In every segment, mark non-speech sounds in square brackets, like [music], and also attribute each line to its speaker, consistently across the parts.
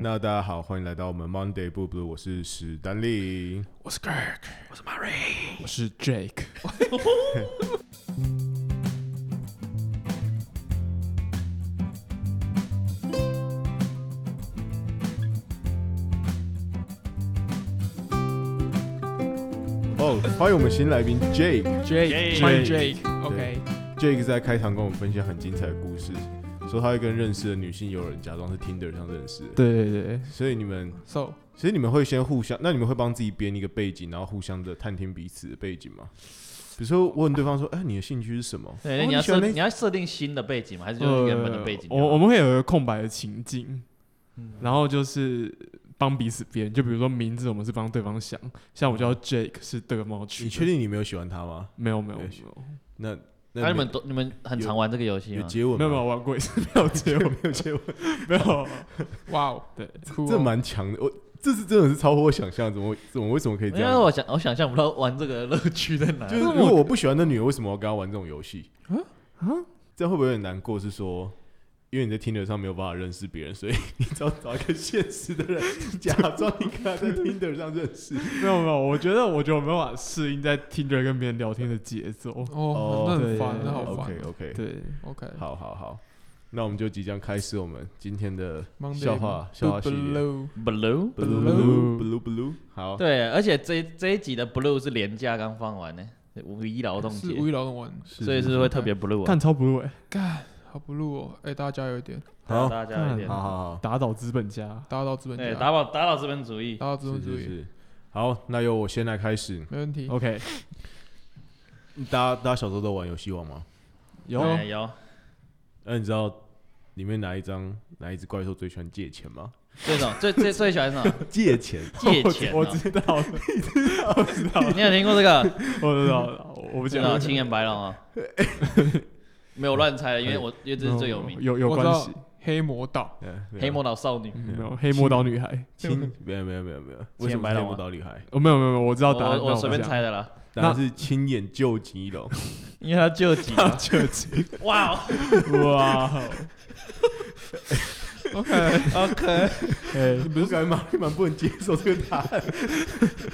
Speaker 1: 那大家好，欢迎来到我们 Monday Blue Blue，我是史丹利。
Speaker 2: 我是 Greg，我是 Murray，我是 Jake。
Speaker 1: 哦，欢迎我们新来宾 Jake。
Speaker 2: Jake，欢迎 Jake，OK，
Speaker 1: Jake 在开场跟我们分享很精彩的故事，说他会跟认识的女性友人假装是 Tinder 上认识的。
Speaker 2: 对对对
Speaker 1: 所以你们，
Speaker 2: ，So
Speaker 1: 其实你们会先互相，那你们会帮自己编一个背景，然后互相的探听彼此的背景吗？比如说问对方说：“哎、你的兴趣是什么？”
Speaker 3: 对，
Speaker 1: 哦
Speaker 3: 那你要
Speaker 1: 喜欢
Speaker 3: 设
Speaker 1: 那
Speaker 3: 你要设定新的背景吗？还是就是原本的背景就好？嗯
Speaker 2: 呃我我们会有一个空白的情境，然后就是帮彼此编，就比如说名字，我们是帮对方想，像
Speaker 3: 嗯
Speaker 2: 我叫 Jake 是德猫区，
Speaker 1: 你确？定你没有喜欢他吗？
Speaker 2: 没有没有
Speaker 1: 没
Speaker 2: 没
Speaker 1: 有
Speaker 2: 有
Speaker 1: 那那
Speaker 3: 那你们都你们很常玩这个游戏
Speaker 1: 有
Speaker 3: 吗？
Speaker 1: 接吻吗？
Speaker 2: 没有没有玩过一次，没有接
Speaker 1: [laughs]
Speaker 2: 吻，没有接吻，没有。
Speaker 4: 哇哦，
Speaker 2: 对，
Speaker 4: 酷
Speaker 1: 这
Speaker 4: 哦！
Speaker 1: 蛮强的，我这是真的是超乎我想象，怎么会怎么为什么可以
Speaker 3: 因
Speaker 1: 这
Speaker 3: 为
Speaker 1: 样？
Speaker 3: 我想我想象不到玩这个乐趣在哪。
Speaker 1: 就是如果我不喜欢的女人，为什么要跟她玩这种游戏？
Speaker 2: 啊
Speaker 1: 这样会不会有点难过？是说，因为你在 Tinder 上没有办法认识别人，所以你只要找一个现实的人，假装你跟他在 Tinder 上认
Speaker 3: [laughs]
Speaker 1: 识。
Speaker 2: 没有没有，我觉得我觉得我没办法适应在听着跟别人聊天的节奏。
Speaker 1: 哦
Speaker 4: 哦，那
Speaker 2: 对
Speaker 4: 很烦，那好烦
Speaker 1: OK。OK，
Speaker 2: 对，
Speaker 4: OK，
Speaker 1: 好好好，那我们就即将开始我们今天的
Speaker 4: Monday
Speaker 1: 笑话笑话系列。
Speaker 4: Blue
Speaker 3: Blue，
Speaker 1: blue blue
Speaker 2: Blue
Speaker 1: blue blue，好，
Speaker 3: 对，而且这一这一集的 Blue 是廉价刚放完呢，五一劳动
Speaker 4: 是
Speaker 3: 节，
Speaker 4: 无意劳动完，
Speaker 3: 所以是会特别 Blue 啊
Speaker 2: 看。超不入哎，
Speaker 4: 干好 blue 哦！哎，大家加油一点，
Speaker 1: 好，
Speaker 3: 大家一点
Speaker 1: 好，好好，
Speaker 2: 打倒资本家。
Speaker 4: 打到资本
Speaker 3: 对，
Speaker 4: 家，
Speaker 3: 哎打倒打倒资本主义。
Speaker 4: 打到资
Speaker 1: 是
Speaker 4: 本主
Speaker 1: 是
Speaker 4: 义，
Speaker 1: 是，好，那由我先来开始。
Speaker 4: 没问题。
Speaker 2: OK，
Speaker 1: 大家大家小时候都玩游戏王吗？
Speaker 2: 有
Speaker 3: 哎有，
Speaker 1: 那、嗯你知道里面哪一张哪一只怪兽最喜欢借钱吗？
Speaker 3: 这种最最最喜欢什么？
Speaker 1: [laughs] 借钱，
Speaker 3: 借钱
Speaker 2: 我
Speaker 3: 哦。
Speaker 2: 知道了，我知道了，
Speaker 3: 你有听过这个？
Speaker 2: 我知道了，我不
Speaker 3: 知
Speaker 2: 讲
Speaker 3: 道青眼白狼啊？没有乱猜的，因为我因为这是最有名。
Speaker 2: 有有
Speaker 4: 我知
Speaker 2: 关
Speaker 4: 道
Speaker 2: 系，
Speaker 4: 黑魔道，
Speaker 1: 嗯，没有
Speaker 3: 黑魔导少女，
Speaker 2: 没有黑魔岛女孩，
Speaker 1: 亲，没有没有没有没有，为什么
Speaker 3: 白
Speaker 1: 是黑
Speaker 3: 狼
Speaker 1: 魔
Speaker 3: 吗
Speaker 1: 岛女孩？
Speaker 2: 哦，没有没有，没有我知道
Speaker 3: 我
Speaker 2: 答案，
Speaker 3: 我随便猜的啦，
Speaker 1: 当然是亲眼救急了。
Speaker 3: 因为他救急了。
Speaker 2: [laughs] 这集，
Speaker 3: 哇哦
Speaker 2: 哇，
Speaker 3: [laughs] ，OK，
Speaker 2: [laughs] 哎，
Speaker 1: 不是感觉蛮蛮不能接受这个答案，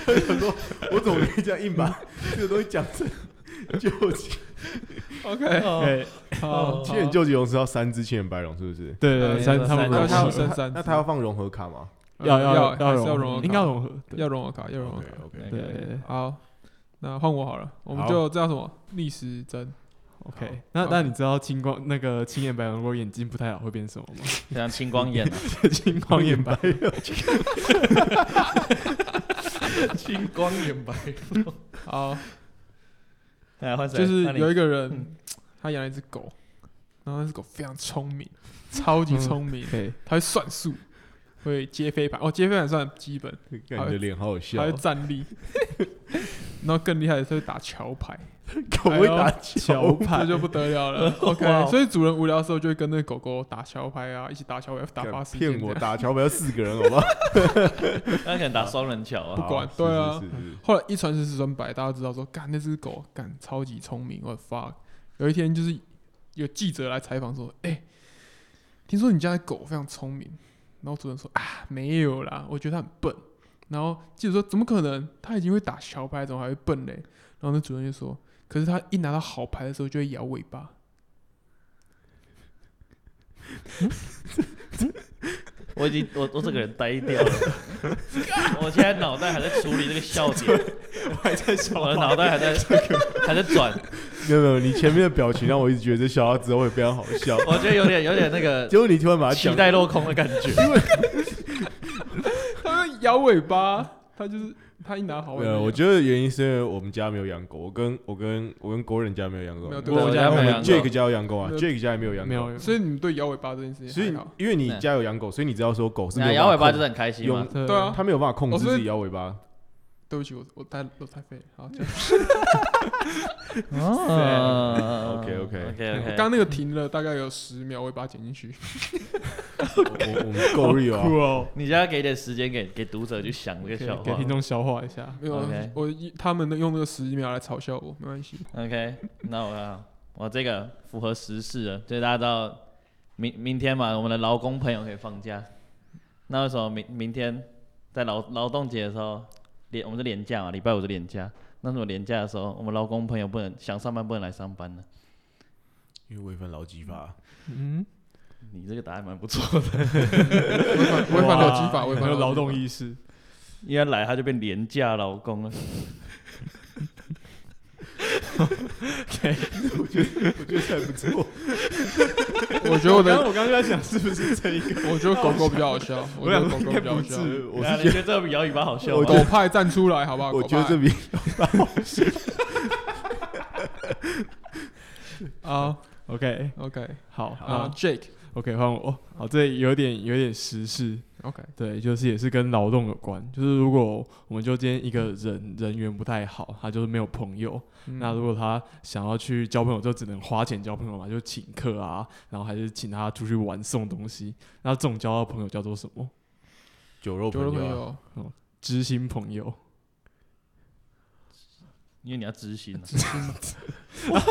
Speaker 1: 我想 [laughs] 说，我怎么可以这样硬 [laughs] 把这个东西讲成救 [laughs] 急？
Speaker 4: OK，
Speaker 3: 哦
Speaker 2: 哎，
Speaker 4: 好，
Speaker 1: 亲眼救急龙是要三只亲眼白龙，是不是？
Speaker 2: 对
Speaker 3: 呃
Speaker 2: 对，三
Speaker 3: 三
Speaker 2: 他们
Speaker 3: 那
Speaker 4: 要
Speaker 3: 他
Speaker 4: 要
Speaker 3: 要
Speaker 4: 升三，
Speaker 1: 那他要放融合卡吗
Speaker 2: 要
Speaker 4: 嗯要
Speaker 2: 要
Speaker 4: 还是要
Speaker 2: 融
Speaker 4: 融
Speaker 2: 合
Speaker 4: 合，
Speaker 2: 应该要融合，对
Speaker 4: 要融合卡，要融合
Speaker 1: ？OK
Speaker 4: 卡。
Speaker 1: [laughs] OK，
Speaker 2: 对对对
Speaker 4: 好，那换我好了，我们
Speaker 1: 好
Speaker 4: 就这样什么逆时针，
Speaker 2: ，OK
Speaker 4: 好。
Speaker 2: 那
Speaker 4: 好
Speaker 2: 那你知道青光那个青眼白龙如果眼睛不太好会变什么吗？
Speaker 3: 非常青光眼啊，
Speaker 1: [laughs]
Speaker 2: 青光眼白龙，
Speaker 3: 青光眼白。
Speaker 4: 好，
Speaker 3: 哎，换谁？
Speaker 4: 就是
Speaker 3: 那你
Speaker 4: 有一个人，他养了一只狗，然后那只狗非常聪明，超级聪明，
Speaker 2: 对，
Speaker 4: 他会算数，会接飞盘。哦，接飞盘算基本，
Speaker 1: 感觉脸好好
Speaker 4: 他
Speaker 1: 笑
Speaker 4: 会，站立。 [laughs] 然后更厉害的是他会打桥牌，
Speaker 1: 狗会打
Speaker 2: 桥
Speaker 1: 桥
Speaker 4: 这
Speaker 2: 牌
Speaker 4: 就不得了了。
Speaker 3: 哇哦
Speaker 4: OK，所以主人无聊的时候就会跟那个狗狗打桥牌啊，一起打桥牌，打发时间
Speaker 1: 骗
Speaker 4: 这
Speaker 1: 我
Speaker 4: 样。
Speaker 1: 打桥牌要四个人，好不好？
Speaker 3: 那可能打双人桥啊
Speaker 4: [laughs] 不。管
Speaker 1: 好
Speaker 4: 对啊
Speaker 1: 是是是是
Speaker 4: 后来一传十，十传百，大家知道说，干那只狗干超级聪明，我的 fuck。有一天就是有记者来采访说，哎、听说你家的狗非常聪明。然后主人说啊，没有啦，我觉得它很笨。然后记者说，怎么可能？它已经会打小牌，怎么还会笨嘞？然后那主人就说，可是它一拿到好牌的时候就会摇尾巴。
Speaker 1: [laughs]
Speaker 3: 我已经我我整个人呆掉了，我现在脑袋还在处理这个笑点，
Speaker 2: 我还在想
Speaker 3: 我的脑袋还在还在转，
Speaker 1: 没有没有，你前面的表情让我一直觉得这笑话之后会非常好
Speaker 4: [laughs]
Speaker 1: 笑，
Speaker 3: 我觉得有点有点那个
Speaker 1: 结果你突然把它
Speaker 3: 期
Speaker 1: 讲，
Speaker 3: 待落空的感觉。
Speaker 4: 它摇尾巴，它就是它一拿好牌
Speaker 1: 呃，，我觉得原因是因为我们家没有养狗，我跟我跟我跟国人家没有养狗啊
Speaker 4: 没有，对
Speaker 3: 我家
Speaker 1: 我
Speaker 3: 没有
Speaker 1: 们
Speaker 3: 养狗
Speaker 1: Jake 家有养狗啊
Speaker 4: 没有
Speaker 1: ，Jake 家也没有养
Speaker 2: 没
Speaker 1: 狗，
Speaker 2: 有，
Speaker 4: 所以你们对摇尾巴这件事情
Speaker 1: 所以
Speaker 4: 还好
Speaker 1: 因为你家有养狗，所以你知道说狗是没有
Speaker 3: 摇尾巴
Speaker 1: 办
Speaker 3: 就
Speaker 1: 法
Speaker 3: 是很开心嘛
Speaker 1: 用。
Speaker 2: 对
Speaker 4: 对啊
Speaker 1: 控，它没有办法控
Speaker 4: 哦
Speaker 1: 制
Speaker 4: 所以
Speaker 1: 自己摇尾巴，
Speaker 4: 对不起，我我太我太废了。好，
Speaker 3: 哦
Speaker 1: OK，OK
Speaker 3: OK
Speaker 4: 我
Speaker 3: OK，
Speaker 4: 刚那个停了大概有十秒，我会把它剪进去。
Speaker 1: 我我我们够 real 啊，
Speaker 2: [laughs] 酷哦，
Speaker 3: 你现在给点时间给给读者去想这个
Speaker 2: 给
Speaker 3: 笑
Speaker 2: 给
Speaker 3: 话
Speaker 2: 听。众消化一下。
Speaker 4: 没有啊
Speaker 3: OK
Speaker 4: 我一他们用那个十秒来嘲笑我，没关系。
Speaker 3: OK，那我看好我这个符合时事的，就是大家知道明明天嘛，我们的劳工朋友可以放假，那为什么明明天在劳劳动节的时候，连我们是连假嘛，礼拜五是连假，那什么连假的时候，我们劳工朋友不能想上班不能来上班呢？
Speaker 1: 因为违反劳基法，
Speaker 2: 嗯，
Speaker 3: 你这个答案蛮不 [laughs] 错的，
Speaker 4: 违反违反劳基法，
Speaker 2: 哇
Speaker 4: 违
Speaker 2: 很
Speaker 4: 反
Speaker 2: 有劳动
Speaker 4: 基
Speaker 2: 意识，
Speaker 3: 一来他就变廉价劳工了。
Speaker 1: 我觉得还不错。
Speaker 4: 法。我觉得我
Speaker 2: 刚
Speaker 3: [laughs]
Speaker 4: 的
Speaker 2: 刚我刚刚就在想是不是这一个，
Speaker 4: 我觉得狗狗比较好笑，我觉
Speaker 2: 想
Speaker 4: 得
Speaker 2: 说
Speaker 4: 狗
Speaker 2: 应
Speaker 4: 狗比
Speaker 2: 该
Speaker 4: 较好
Speaker 2: 不
Speaker 4: 笑。哦
Speaker 2: 是，
Speaker 1: 我
Speaker 3: 对
Speaker 1: 是
Speaker 3: 啊你
Speaker 1: 觉
Speaker 3: 觉得这个比摇尾巴好笑啊
Speaker 1: 我
Speaker 3: 吗？
Speaker 1: 觉
Speaker 4: 狗派站出来，好不好？
Speaker 1: 得，我觉得这
Speaker 4: 啊狗
Speaker 1: 比
Speaker 4: 派啊
Speaker 2: OK，
Speaker 4: ，OK
Speaker 2: 好
Speaker 4: 啊
Speaker 2: 啊
Speaker 4: ，Jake
Speaker 2: ，OK，换我。哦好，这有点有点时事，
Speaker 4: OK，
Speaker 2: 对，就是也是跟劳动有关。就是如果我们就今天一个人人缘不太好，他就是没有朋友，
Speaker 4: 嗯
Speaker 2: 那如果他想要去交朋友，就只能花钱交朋友嘛，就请客啊，然后还是请他出去玩送东西。那这种交到朋友叫做什么？
Speaker 1: 酒肉
Speaker 4: 酒肉
Speaker 1: 朋
Speaker 4: 朋
Speaker 1: 友啊，
Speaker 4: 友
Speaker 2: 知心朋友。
Speaker 3: 因为你要知心、啊，
Speaker 4: 哇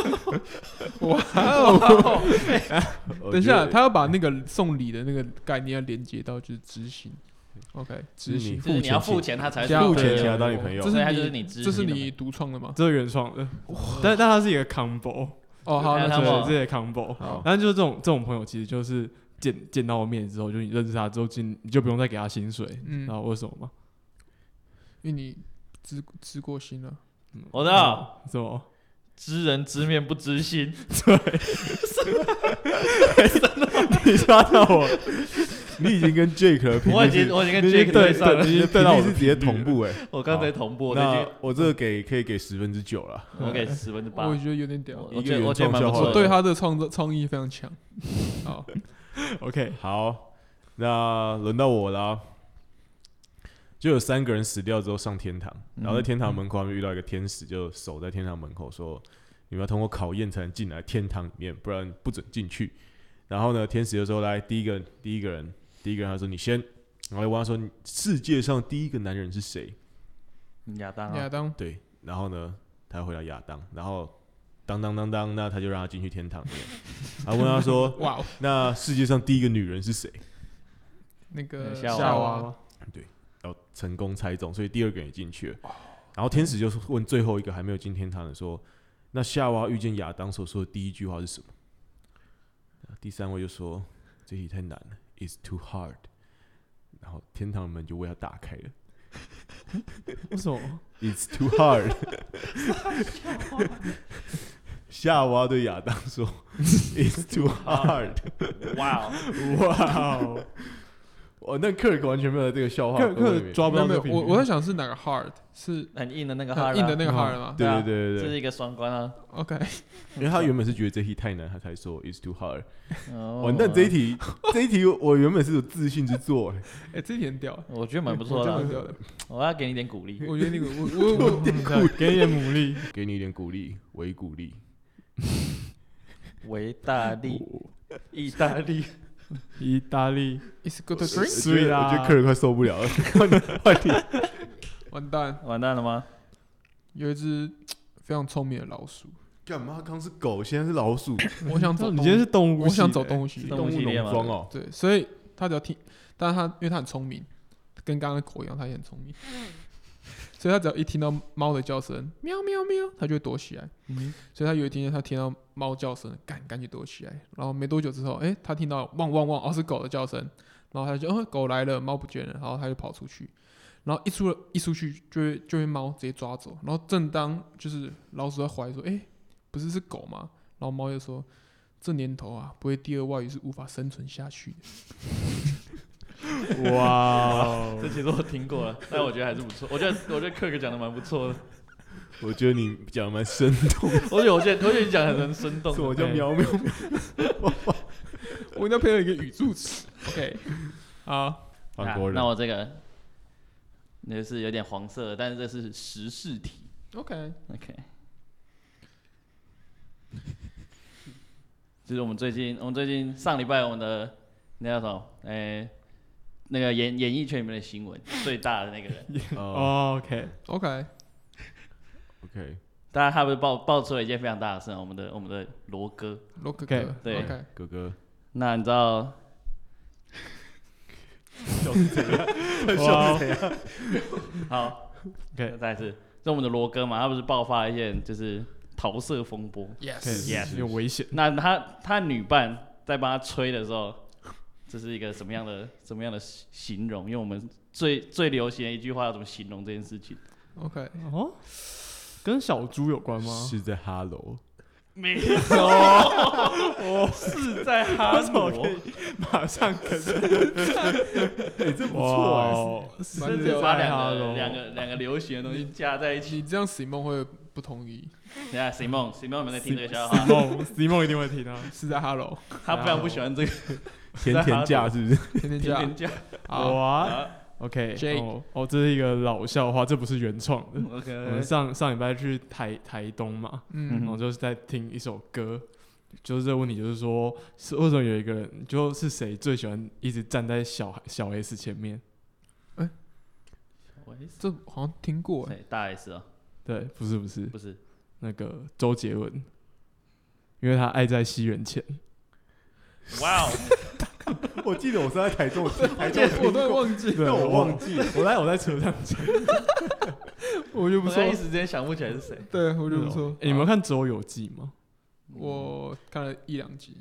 Speaker 4: 哦！
Speaker 1: 我
Speaker 4: 等一下，
Speaker 1: 觉得
Speaker 4: 他要把那个送礼的那个概念要连接到就是执行，OK，
Speaker 1: 就是
Speaker 4: 执
Speaker 1: 你
Speaker 4: 行，
Speaker 3: 就是你要
Speaker 1: 付
Speaker 3: 付
Speaker 1: 钱
Speaker 3: 钱啊他才
Speaker 4: 加
Speaker 1: 付
Speaker 3: 付
Speaker 1: 钱请
Speaker 4: 加
Speaker 1: 他当你朋友
Speaker 4: 这，
Speaker 3: 所以他就是是你执
Speaker 4: 这是
Speaker 3: 行的
Speaker 4: 你独创的吗？
Speaker 2: 这是原创的，但但它是一个 combo，
Speaker 4: 哦，好，
Speaker 3: 还有
Speaker 4: 那
Speaker 3: 他
Speaker 4: 就
Speaker 3: 们
Speaker 2: [laughs]
Speaker 4: 是
Speaker 2: 对，这些 combo。
Speaker 1: 好，
Speaker 2: 但就是这种这种朋友，其实就是见见到面之后，就你认识他之后，就你就不用再给他薪水，
Speaker 4: 嗯
Speaker 2: 然，后为什么吗？
Speaker 4: 因为你知知过心了，
Speaker 3: 我知道，
Speaker 2: 嗯什么？
Speaker 3: 知人知面不知心，
Speaker 2: 你抓到我，
Speaker 1: [laughs] 你已经跟 Jake 的频率是，
Speaker 3: 我已经我已经跟 Jake 对上了
Speaker 1: 你的
Speaker 2: 对到
Speaker 1: 频
Speaker 2: 我
Speaker 1: 率
Speaker 2: 的
Speaker 1: 是直接
Speaker 2: 频率
Speaker 1: 同步哎。
Speaker 3: 我刚才同步，我这
Speaker 1: 那我这个给可以给十分之九了，
Speaker 3: 我给十分之八，
Speaker 4: 我也觉得有点屌
Speaker 3: 我，
Speaker 1: 一
Speaker 3: 我
Speaker 1: 个
Speaker 3: 觉得我觉
Speaker 1: 原创
Speaker 3: 得蛮
Speaker 1: 笑
Speaker 3: 不
Speaker 1: 话
Speaker 3: 错的，
Speaker 4: 我对他的创作创意非
Speaker 3: [laughs]
Speaker 4: 常强。好，
Speaker 2: OK，
Speaker 1: 好，那轮到我啦。就有三个人死掉之后上天堂，然后在
Speaker 3: 嗯
Speaker 1: 天堂门口他啊们遇到一个天使，就守在天堂门口说：“你们要通过考验才能进来天堂里面，不然不准进去。”然后呢，天使就说：“来，第一个，第一个人，第一个人，他说你先。”然后我问他说：“你世界上第一个男人是谁
Speaker 3: 亚当
Speaker 4: 亚
Speaker 3: 啊，
Speaker 4: 当？”，
Speaker 1: 对，然后呢，他回答亚当，然后当当当当，那他就让他进去天堂里面。然后问他说
Speaker 4: 哇哦，：“
Speaker 1: 那世界上第一个女人是谁？”
Speaker 4: 那个
Speaker 3: 夏
Speaker 2: 夏
Speaker 3: 娃
Speaker 2: 娃，
Speaker 1: 然后成功猜中，所以第二个人也进去了。
Speaker 2: 哦
Speaker 1: 然后天使就是问最后一个还没有进天堂的说：“那夏娃遇见亚当所说的第一句话是什么？”第三位就说：“这题太难了，It's too hard。”然后天堂门就为他打开了
Speaker 2: 为什么？
Speaker 1: ，It's too hard。夏娃对亚当说：“It's too hard。
Speaker 3: 哇哦，
Speaker 2: [laughs] 哇哦，”
Speaker 1: 哇，哦那克尔克完全没有这个笑话
Speaker 2: 克
Speaker 1: 氛围。
Speaker 2: 克抓不
Speaker 4: 没有
Speaker 2: 到这
Speaker 4: 没
Speaker 2: 个频
Speaker 4: 有，
Speaker 2: 率
Speaker 4: 我我在想是哪个 hard 是
Speaker 3: 很硬的那个哈
Speaker 4: 很
Speaker 3: 拉，
Speaker 4: 硬的那个
Speaker 2: 嗯
Speaker 4: hard 吗
Speaker 1: 对
Speaker 3: 啊
Speaker 1: 对对对
Speaker 3: 这是
Speaker 1: 对，
Speaker 3: 一个双关啊，
Speaker 4: ？OK， [laughs]
Speaker 1: 因为他原本是觉得这题太难，他才说 “It's too hard”。
Speaker 3: 哦
Speaker 1: 完蛋，这一题， [laughs] 这一题我原本是有自信之作，哎
Speaker 4: 哎，这点屌，
Speaker 3: 我觉得蛮不错
Speaker 4: 我觉
Speaker 3: 的
Speaker 4: 得
Speaker 3: 啊
Speaker 4: 蛮，屌的。
Speaker 3: 我要给你点鼓励，
Speaker 4: 我觉得那个我我我
Speaker 2: 给 [laughs] 你点努力，
Speaker 1: 给你一点鼓励，微鼓励。
Speaker 3: 维大利，意大利，
Speaker 2: 意大利，
Speaker 4: ，It's good to
Speaker 1: 我
Speaker 4: drink，
Speaker 1: 觉得
Speaker 2: 对啦
Speaker 1: 我觉得客人快受不了 [laughs] 了。换你换你，
Speaker 4: 完蛋，
Speaker 3: 完蛋了吗？
Speaker 4: 有一只非常聪明的老鼠，
Speaker 1: 干嘛？刚是狗，现在是老鼠，
Speaker 4: [laughs] 我想走
Speaker 2: 你
Speaker 4: 动物，
Speaker 2: 今天是动物，
Speaker 4: 我想走
Speaker 2: 物，
Speaker 4: 动物系
Speaker 1: 是
Speaker 4: 列，
Speaker 1: 动物
Speaker 3: 动物系列
Speaker 1: 农
Speaker 3: 吗
Speaker 1: 庄哦。
Speaker 4: 对，所以它只要听，但是它因为它很聪明，跟刚刚的狗一样，它也很聪明，所以它只要一听到猫的叫声，喵喵喵，它就会躲起来。
Speaker 2: 嗯
Speaker 4: 所以它有一天它听到猫叫声，赶赶紧躲起来，然后没多久之后，哎、它听到汪汪汪，哦是狗的叫声，然后它就哦狗来了，猫不见了，然后它就跑出去。然后一出一出去，就会就被猫直接抓走。然后正当就是老鼠在怀疑说：“哎、不是是狗吗？”然后猫就说：“这年头啊，不会第二外语是无法生存下去的。”
Speaker 2: 哇 [laughs] 哦，
Speaker 3: 这其实我听过了，但我觉得还是不错，我觉得我觉得克哥讲的蛮不错的，
Speaker 1: [laughs] 我觉得你讲的蛮生动，
Speaker 3: 我觉得我觉得我觉得你讲得很生动
Speaker 1: 什，么叫
Speaker 2: 哎
Speaker 1: 喵喵？
Speaker 4: 我一定要配合一个语助词。OK，好，
Speaker 1: [laughs] 韩国
Speaker 3: 那
Speaker 1: 人
Speaker 3: 那我这个，那是有点黄色的，但是这是时事题。
Speaker 4: OK，
Speaker 3: OK，就是我们最近，我们最近上礼拜我们的那叫什么？哎、那个演演艺圈里面的新闻最大的那个人，
Speaker 1: [laughs] 哦
Speaker 2: 哦 OK，
Speaker 4: OK，
Speaker 1: ，OK，
Speaker 3: 当然他不是爆爆出了一件非常大的事啊，我们的我们的罗哥。
Speaker 4: 罗哥哥
Speaker 2: OK，
Speaker 4: ，OK，
Speaker 3: 对
Speaker 1: 哥哥，
Speaker 3: 那你知道
Speaker 1: 就是这样，就是这样。
Speaker 3: 好
Speaker 2: OK
Speaker 3: 那再一次，这我们的罗哥嘛，他不是爆发了一件就是桃色风波，
Speaker 4: Yes，
Speaker 2: 对
Speaker 3: Yes
Speaker 2: 有危险。
Speaker 3: 那他他女伴在帮他吹的时候，这是一个什么样的什么样的形容？因为我们最最流行的一句话要怎么形容这件事情？
Speaker 4: OK，
Speaker 2: 哦，跟小猪有关吗？
Speaker 1: 是在哈喽，
Speaker 3: 没有，我哦是在哈
Speaker 2: 我
Speaker 3: 罗
Speaker 2: 可以 [laughs] 马上跟
Speaker 1: 哎，这不错哎，
Speaker 2: 哇，
Speaker 4: 蛮
Speaker 3: 甚至把两
Speaker 2: 哈
Speaker 3: 个
Speaker 2: 喽
Speaker 3: 两个两个流行的东西加在一起。 [laughs]
Speaker 4: 你这样 Simon 会不同意，
Speaker 3: 等一下，Simon Simon 有没有在听这个笑话？
Speaker 2: Simon Simon 一定会听啊。
Speaker 4: 是在 [laughs] Hello
Speaker 3: 他非常不喜欢这个
Speaker 1: 甜甜价是不是？
Speaker 4: 天天
Speaker 3: 评
Speaker 4: 加
Speaker 3: [laughs] 论家。
Speaker 4: 好
Speaker 2: 哇
Speaker 3: 啊
Speaker 2: ，OK，
Speaker 4: Jake
Speaker 2: 哦哦，这是一个老笑话，这不是原创的。我们
Speaker 3: ，OK，
Speaker 2: 上上礼拜去台台东嘛，
Speaker 4: 嗯
Speaker 2: 然后就是在听一首歌，就是这个问题，就是说是为什么有一个人，就是谁最喜欢一直站在小孩小 S 前面？
Speaker 3: 喂
Speaker 4: 这好像听过哎，
Speaker 3: 谁大 S 啊？
Speaker 2: 对，不是不是
Speaker 3: 不是，
Speaker 2: 那个周杰伦，因为他爱在西元前。
Speaker 3: 哇哦，
Speaker 1: [laughs] 我记得我是在台中，我 [laughs] 记得台中
Speaker 4: 这我
Speaker 1: 听
Speaker 4: 都会
Speaker 1: 过，
Speaker 4: 忘记，
Speaker 1: 但我忘记了。
Speaker 2: 我在我在车上讲，
Speaker 4: 我就不
Speaker 3: 我
Speaker 4: 说
Speaker 3: 刚，一时间想不起来是谁。
Speaker 4: 对我就不说
Speaker 2: 欸。你们有看《周游记》吗？
Speaker 3: 哦
Speaker 4: 我看了一两集，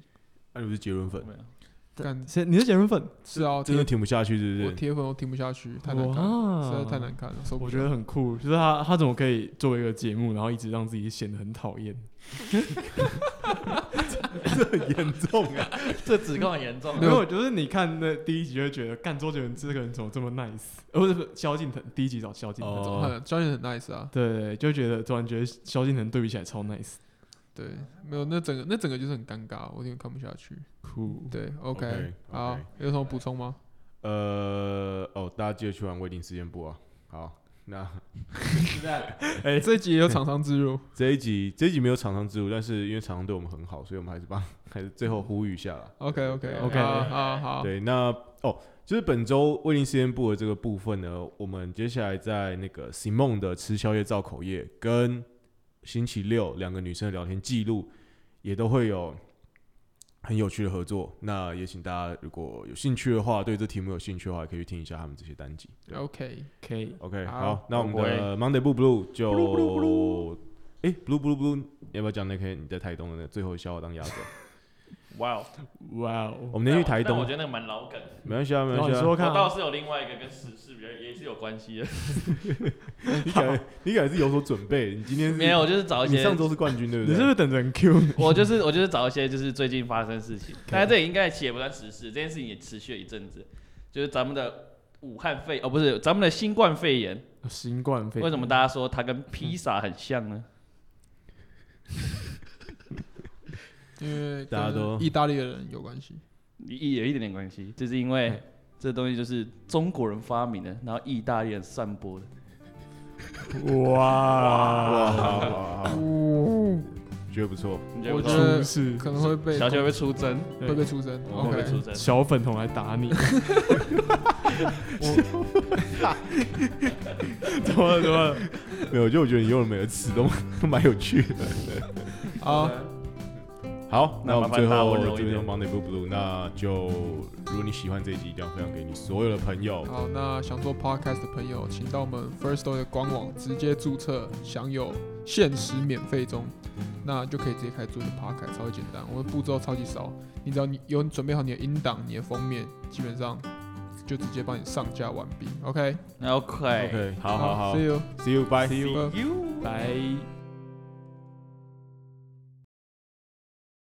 Speaker 1: 那你不是杰伦粉，
Speaker 3: 没有
Speaker 4: 干
Speaker 2: 谁？你是杰伦粉？
Speaker 4: 是啊，
Speaker 1: 真的
Speaker 4: 铁
Speaker 1: 听不下去是不
Speaker 4: 我
Speaker 1: 是？
Speaker 4: 铁粉我听不下去，太难看了，
Speaker 2: 哇
Speaker 4: 实在太难看了，受不
Speaker 2: 我
Speaker 4: 了
Speaker 2: 觉得很酷，就是他他怎么可以作为一个节目，然后一直让自己显得很讨厌？
Speaker 1: 这很 [laughs] 严重啊！
Speaker 3: 这指控很严重啊。
Speaker 2: 没有，就是你看那第一集就会觉得，干周杰伦这个人怎么这么 nice？呃，不是不是，萧敬腾第一集找萧敬腾，
Speaker 1: 哦
Speaker 4: 很教练很 nice 啊，
Speaker 2: 对对，就觉得突然觉得萧敬腾对比起来超 nice，
Speaker 4: 对，没有那整个那整个就是很尴尬，我有点看不下去。
Speaker 2: 酷。
Speaker 4: 对
Speaker 1: OK，
Speaker 4: ，OK，好
Speaker 1: OK，
Speaker 4: 有什么补充吗？
Speaker 1: 呃，哦，大家记得去玩未定时间部啊。好，那 [laughs]
Speaker 4: 哎，这一集也有厂商植入，
Speaker 1: 这一集这一集没有厂商植入，但是因为厂商对我们很好，所以我们还是帮 [laughs] 还是最后呼吁一下啦。
Speaker 4: OK OK
Speaker 2: OK
Speaker 4: 好好，
Speaker 1: 对，那哦，就是本周未定时间部的这个部分呢，我们接下来在那个 Simon 的吃宵夜造口业跟星期六两个女生的聊天记录，也都会有很有趣的合作。那也请大家如果有兴趣的话，对这题目有兴趣的话，也可以去听一下他们这些单集。
Speaker 4: OK，
Speaker 2: OK，
Speaker 1: OK，
Speaker 4: 好
Speaker 1: 好，那我们的 Monday Blue Blue 就。哎、b l u e Blue Blue，你要不要讲那天你在台东的那个最后笑话当鸭子？
Speaker 3: 哇哦，
Speaker 2: 哇
Speaker 1: 我
Speaker 2: 哦，
Speaker 1: 们那天去
Speaker 3: 但
Speaker 1: 台
Speaker 3: 我但我
Speaker 1: 东
Speaker 3: 觉，得那个蛮老梗的。
Speaker 1: 没关系啊，没
Speaker 2: 然后
Speaker 1: 关
Speaker 2: 你
Speaker 1: 系啊。
Speaker 2: 说说看
Speaker 3: 我倒
Speaker 2: 啊，
Speaker 3: 是有另外一个跟时事比较也是有关系的，
Speaker 1: 你感觉你感觉是有所准备，你今天是
Speaker 3: 没有，我就是找一
Speaker 1: 你
Speaker 3: 些，
Speaker 1: 上周是冠军对不
Speaker 2: 你
Speaker 1: 对？
Speaker 2: 是不是等着人 Q [laughs] 你？
Speaker 3: 我就是我就是找一些就是最近发生事情，但是这也应该其实也不算时事，这件事情也持续了一阵子，就是咱们的武汉肺哦不是咱们的新冠肺炎，
Speaker 2: 新冠肺炎
Speaker 3: 为什么大家说它跟披萨很像呢？
Speaker 4: 因为
Speaker 1: 大家
Speaker 4: 跟
Speaker 1: 都
Speaker 4: 意大利的人有关系，
Speaker 3: 也有一点点关系，就是因为
Speaker 2: 嗯
Speaker 3: 这东西就是中国人发明的，然后意大利人散播的。
Speaker 1: 哇，好
Speaker 2: 哇，
Speaker 1: 好好，
Speaker 4: 哦，
Speaker 1: 觉得不错。
Speaker 3: 你觉得
Speaker 4: 我
Speaker 3: 不
Speaker 4: 觉
Speaker 3: 错
Speaker 4: 得
Speaker 2: 出事，
Speaker 4: 可能会被哦
Speaker 3: 小雪会出征，
Speaker 2: 对
Speaker 4: 会被出征
Speaker 1: 我
Speaker 3: 会不会
Speaker 4: ，OK，
Speaker 3: 出征？
Speaker 2: 小粉红来打你。我怎么了怎么了？
Speaker 1: 没有，就我觉得你用的每个词都都蛮有趣的。
Speaker 4: 好，
Speaker 1: 好，
Speaker 3: 那
Speaker 1: 那我们
Speaker 3: 麻烦
Speaker 1: 最
Speaker 3: 大家温
Speaker 1: 后
Speaker 3: 柔一
Speaker 1: 这边
Speaker 3: 点
Speaker 1: 用 Monday Blue Blue，那就如果你喜欢这一集，一定要分享给你所有的朋友。
Speaker 4: 好，那想做 podcast 的朋友，请到我们 First Story 的官网直接注册，享有限时免费中，那就可以直接开始做你的 podcast，超级简单。我们步骤超级少，你只要你有准备好你的音档、你的封面，基本上就直接帮你上架完毕。OK，
Speaker 3: OK，
Speaker 1: OK，好好好
Speaker 4: s e e you。
Speaker 1: ，See you，bye。
Speaker 2: See you
Speaker 4: Bye
Speaker 3: You。
Speaker 2: 拜。